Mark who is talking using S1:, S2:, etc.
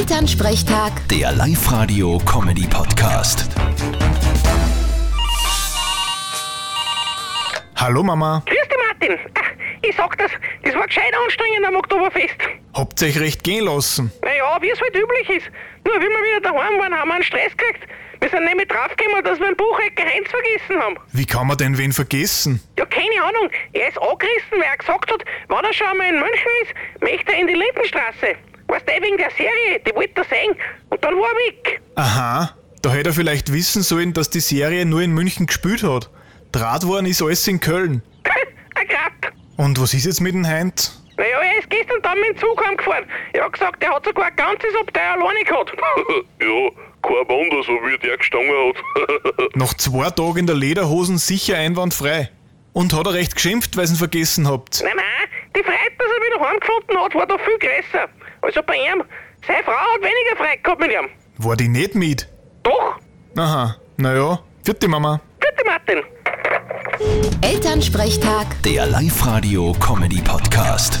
S1: Elternsprechtag,
S2: Der Live-Radio-Comedy-Podcast.
S3: Hallo Mama,
S4: Grüß dich, Martin. Ach, ich sag das, das war gescheit anstrengend am Oktoberfest.
S3: habt ihr euch recht gehen lassen?
S4: Naja, wie es halt üblich ist. Nur wie wir wieder daheim waren, haben wir einen Stress gekriegt. Wir sind nämlich draufgekommen, dass wir einen Buchecke Heinz vergessen haben.
S3: Wie kann man denn wen vergessen?
S4: Ja, keine Ahnung. Er ist angerissen, weil er gesagt hat, wenn er schon einmal in München ist, möchte er in die Lindenstraße. Weißt du, wegen der Serie, die wollte er sehen. Und dann war er weg.
S3: Aha, da hätte er vielleicht wissen sollen, dass die Serie nur in München gespielt hat. Draht worden ist alles in Köln.
S4: Ein Grad.
S3: Und was ist jetzt mit dem Heint?
S4: Naja, er ist gestern dann mit dem Zug heimgefahren. Er hat gesagt, er hat sogar ein ganzes Abteil alleine gehabt.
S5: ja, kein Wunder, so wie der gestanden hat.
S3: Nach zwei Tagen in der Lederhosen sicher einwandfrei. Und hat er recht geschimpft, weil ihr ihn vergessen habt.
S4: Nein, nein, die Freude, dass er wieder heimgefunden hat, war doch viel größer. Also bei ihm. Seine Frau hat weniger Freude gehabt mit ihm.
S3: War die nicht mit?
S4: Doch,
S3: Aha, naja, vierte Mama.
S4: bitte Martin.
S1: Elternsprechtag.
S2: Der Live-Radio-Comedy-Podcast.